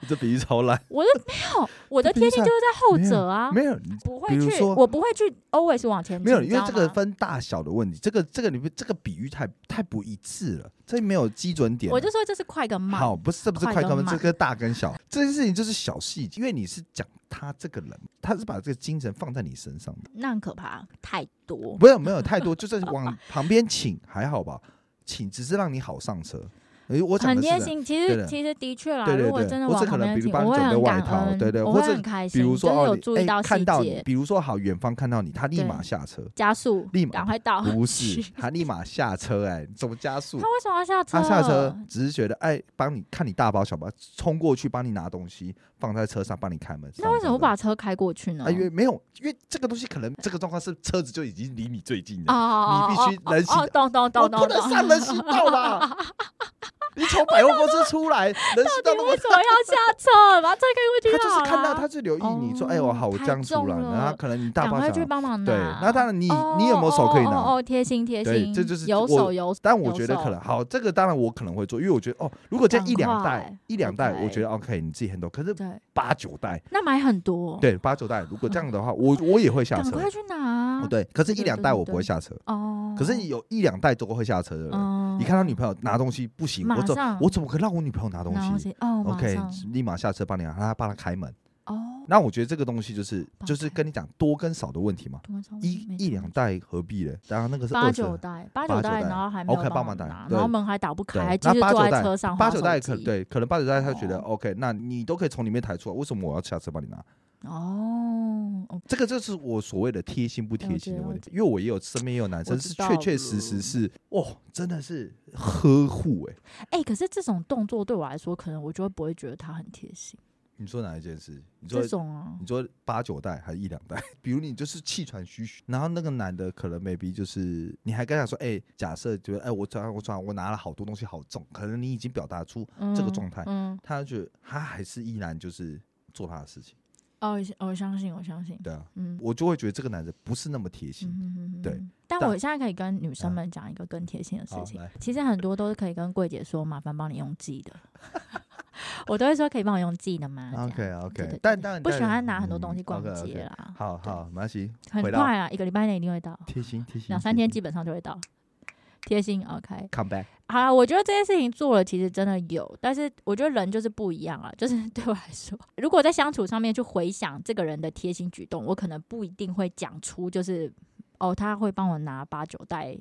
这比喻超烂，
我的没 有，我的贴心就是在后者啊，
没有你
不
比
会
如
去，
说
我不会去 always 往前倾，
没有，
你
因
知
为
道
这个
吗
分大小的问题，这个这个你们这个比喻太太不一致了，这没有基准点啊，
我就说这是快跟慢。
好，不是不是
快
快
跟
跟慢，
慢
这个大跟小，这件事情就是小细节，因为你是讲他这个人，他是把这个精神放在你身上的，
那很可怕，太多。
没有没有太多，就是往旁边请还好吧，请只是让你好上车。诶我讲
很
的是
贴
人，
心，其
对
实
的
其实的确啦，
对对
如果
对
真的
或
往
者
旁
可能
边
比如
请，
帮你
我会
准备
很
外
感
套
恩，
对对
我
或
会
者
很开心，
比如说
真的
哦，
有
你
注意
诶
到
看
细
到你
节，，
比如说好，远方看到你，他立马下车，
加速，
立马
赶快到。
不是
去
他立马下车，哎，怎么加速
哦他？为什么要下车？
他下车只是觉得，哎，帮你看你大包小包，冲过去帮你拿东西，放在车上帮你开门。
那为什么不
把？
把车开过去呢？
啊，因为没有，因为这个东西可能这个状况是车子就已经离你最近了，
哦，
你必须人行
哦，哦懂懂
我
懂懂
不能
懂，
上人行道啦。你从百货公司出来，人是到那
到底
么
为。什么要下车？把车开
他
过去
就是
好
看到，
啦
他就留意你说：“
啊哦
哎，我好，我这
太
样出
重
来。”然
了
后可能你大
赶
包
快
小
去帮忙拿。
对，那当然你
哦
你有没有手可以
哦哦
拿？
哦，贴心贴
对
心，
这就是
有
我
手有。
但我
有
觉得可
手
能好，这个当然我可能会做，因为我觉得哦，如果这一两
赶
袋
快
一两袋，我觉
OK
得 OK，你自己很多。可是
对，
八九袋，
那买很多，，
对，八九袋，如果这样的话，我我也会下
赶
车。
快去拿
哦。对，可是
对
一
对
两
对
袋
对
我不会
对
下车，
哦，
可是有一两袋都会下车的人，
哦，
你看到女朋友拿东西不行，我
马
怎
上
我怎么可以让我女朋友拿东
嗯拿东
西
西哦马
？OK，
上
立马下车帮你拿，让她帮她开门。
哦，
那我觉得这个东西就是
帮
就是
开
跟你讲多跟少的问题嘛，
多少
一
嗯没
一
错
两袋何必嘞？当然那个是
八
二十
九袋，八九
八九
袋，
袋
然后还没有
OK，帮忙
忙
打
拿，
对
然后门还打不
对
开，还继
那
续
八
坐
九
在
袋
车上
八
划
九
手
袋可
机，
对，可能八九袋他觉得
哦
OK，那你都可以从里面抬出来，为什么我要下车帮你拿？
哦，OK，
这个就是我所谓的贴心不贴
了
心
解
的
了
问题，因为我也有身边也有男生
我知
是
道嗯
确确实实是哦，真的是呵护哎、
哎，可是这种动作对我来说，可能我就会不会觉得他很贴心，
你说哪一件事？你说
这种啊
你，说八九代还是一两代？ 比如你就是气喘吁吁，然后那个男的可能 maybe 就是你还跟他说，哎、假设觉得哎、我转我转我拿了好多东西好重，可能你已经表达出这个
嗯
状态
嗯，
他就觉得他还是依然就是做他的事情，
哦，我相信，我相信，
对啊，
嗯。
我就会觉得这个男的不是那么贴心。
嗯，
对
嗯嗯嗯但
但
我现在可以跟女生
啊
们讲一个更贴心的事
好
情
来。
其实很多都是可以跟柜姐说，麻烦帮你用 寄的。我都会说可以帮我用寄的吗这样
嗯 OK
对
OK，
对
但
对
但
不喜欢拿很多
嗯
东西逛
OK，OK
街啦。
好
对
好，没关系，
很
回到
快啊，一个礼拜内一定会到，
贴心贴心，
两三天基本上就会到。贴心，OK。
come back。
好啦，我觉得这件事情做了，其实真的有，但是我觉得人就是不一样啊。就是 对我来说，如果在相处上面去回想这个人的贴心举动，我可能不一定会讲出，就是哦，他会帮我拿八九袋，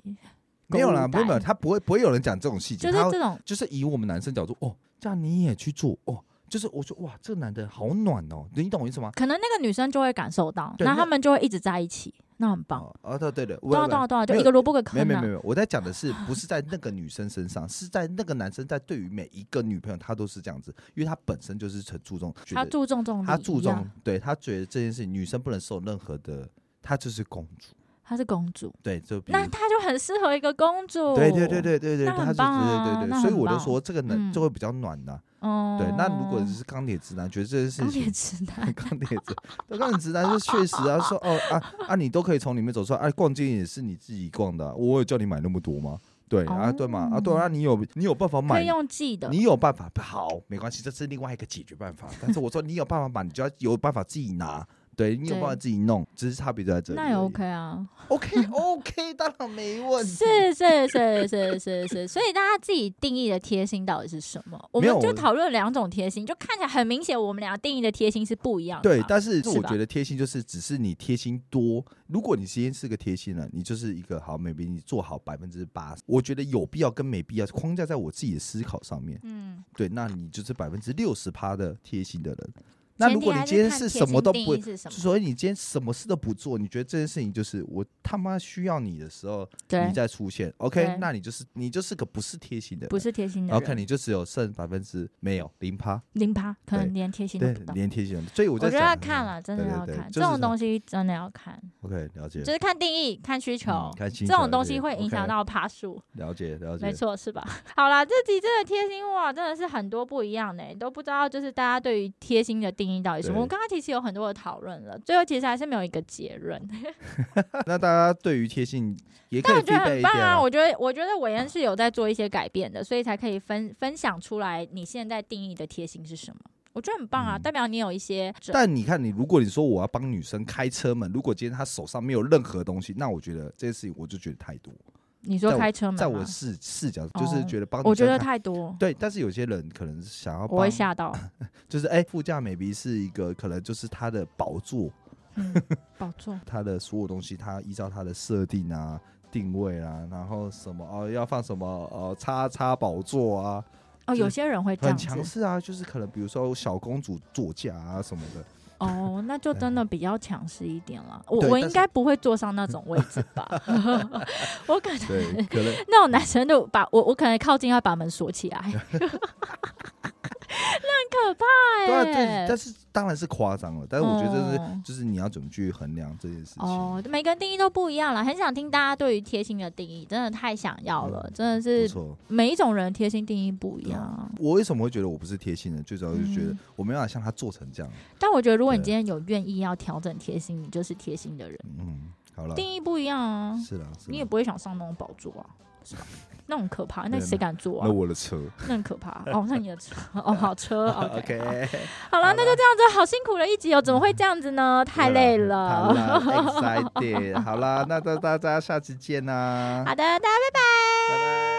没有啦，
购物
没有没有，
袋
他不会不会有人讲这种细节，
就是
他
这种
就是以我们男生角度，哦，这样你也去做，哦，就是我说哇，这个男的好暖哦，你懂我意思吗？
可能那个女生就会感受到，
对
那
那
他们就会一直在一起，那很棒。啊
哦，哦对对的，
多
我
少多少多少，就
没有
一个萝卜一个
没有
坑
没有
啊
没！有，我在讲的是不是在那个女生身上，是在那个男生在对于每一个女朋友，他都是这样子，因为他本身就是很注重，觉
他
得
注重这种礼仪
他
啊，
注重，对他觉得这件事情女生不能受任何的，她就是公主，
她是公主，
对，就比如
那她就很适合一个公主。
嗯对对对，对对对，
那
他
很
是
棒啊
对对对，
那
所以
很
我就
棒
说这个男
嗯
就会比较暖呐。
哦，
对，那如果是钢铁直男，觉得这件事
钢铁
情。
直男
钢铁直，那钢铁直男就确实啊，说哦啊啊，你都可以从里面走出来，啊，逛街也是你自己逛的啊、我有叫你买那么多吗？对啊，对嘛，啊对啊，你有你有办法
哦可
买
以，用记的，
你有办法好，没关系，这是另外一个解决办 法。但是我说你有办法买，你就要有办法自己拿，对你有办法
对
自己弄，只是差别就在这里而已。
那也 OK 啊。
OK OK，当然没问题。
是是是是是是，所以大家自己定义的贴心到底是什么？我
没有
们就
我
讨论两种贴心，就看起来很明显，我们俩定义的贴心是不一样的
对
嘛。，
但是
是
我
吧
觉得贴心就是只是你贴心多。如果你今天是个贴心人，你就是一个好，maybe 你做好百分之八十，我觉得有必要跟没必要框架在我自己的思考上面。
嗯，
对，那你就是百分之六十趴的贴心的人。那
前
如
提
果你
还
今天
看
是
贴
什么
心
都
定
不
义，是什么？
所以你今天什么事都不做，你觉得这件事情就是我他妈需要你的时候
对
你，再出现
对
，OK？那你就是你就是个不是贴心的人，
不是贴心的
OK？
人，
你就只有剩百分之没有零趴，
零趴，可
对
能连贴心都
对
不，到。
连贴心人。所以我
我
在
觉得
想嗯
要看了，真的
对对
要
对
看
就是
这种
很
东西，真的要看，
，OK？了解
就。是看定义、看需求
嗯，看心
这
情
种东
了解
西会影响
OK
到爬树，
了解了解，
没错，是吧？ 好啦，这集真的贴心哇，真的是很多不一样的、欸都不知道就是大家对于贴心的定义到底是什么。
对
我刚刚其实有很多的讨论了，最后其实还是没有一个结论，
那大家对于贴心也可
但
以
我觉得
feedback
很
一
棒
点
啊！我觉得我觉得伟恩是有在做一些改变的，所以才可以分分享出来你现在定义的贴心是什么。我觉得很棒啊，
嗯
代表你有一些
但你看，你如果你说我要帮女生开车门，如果今天她手上没有任何东西，那我觉得这件事情我就觉得太多。
你说
在我
开车门吗，
在我视视角就是觉得帮女生
嗯啊哦我觉得
开
太多，
对，但是有些人可能是想要
我会
帮，
吓到。
就是哎，副驾 maybe 是一个可能就是他的宝座，
嗯，保重。
他的所有东西，他依照他的设定啊、定位啊，然后什么哦要放什么哦叉叉宝座啊，
哦，
就是
有些人会这
很
样
强
子
势啊，就是可能比如说小公主座驾啊什么 的。
哦，那 就真的比较强势一点了。我
对
我
但
应
是
该不会坐上那种位置 吧？我可能
对，可能
那种男生就把我我可能靠近要把门锁起来。可怕
对啊，
欸
对，但是当然是夸张了，但是我觉得这是、
嗯
就是你要怎么去衡量这件事情。
哦，每个人定义都不一样了，很想听大家对于贴心的定义，真的太想要了，真的
不
是
嗯错，
每一种人贴心定义不一
对啊
样。
我为什么会觉得我不是贴心呢？最主要就是觉得
嗯
我没办法像他做成这样。
但我觉得，如果你
对
今天有愿意要调整贴心，你就是贴心的人，
嗯，好了，
定义不一样啊，
是啦，是
你也
啦。
不会想上那种宝座啊，是吧？那种可怕，那谁敢坐啊
那？我的车
那很可怕哦，那你的车哦，好 车 OK，好
，OK，
好了，那就这样子，好辛苦了一集哦，怎么会这样子 呢？太累
好
了。
啦，excited，好啦，那大大家下次见啦，
好的，大家拜拜。
拜拜。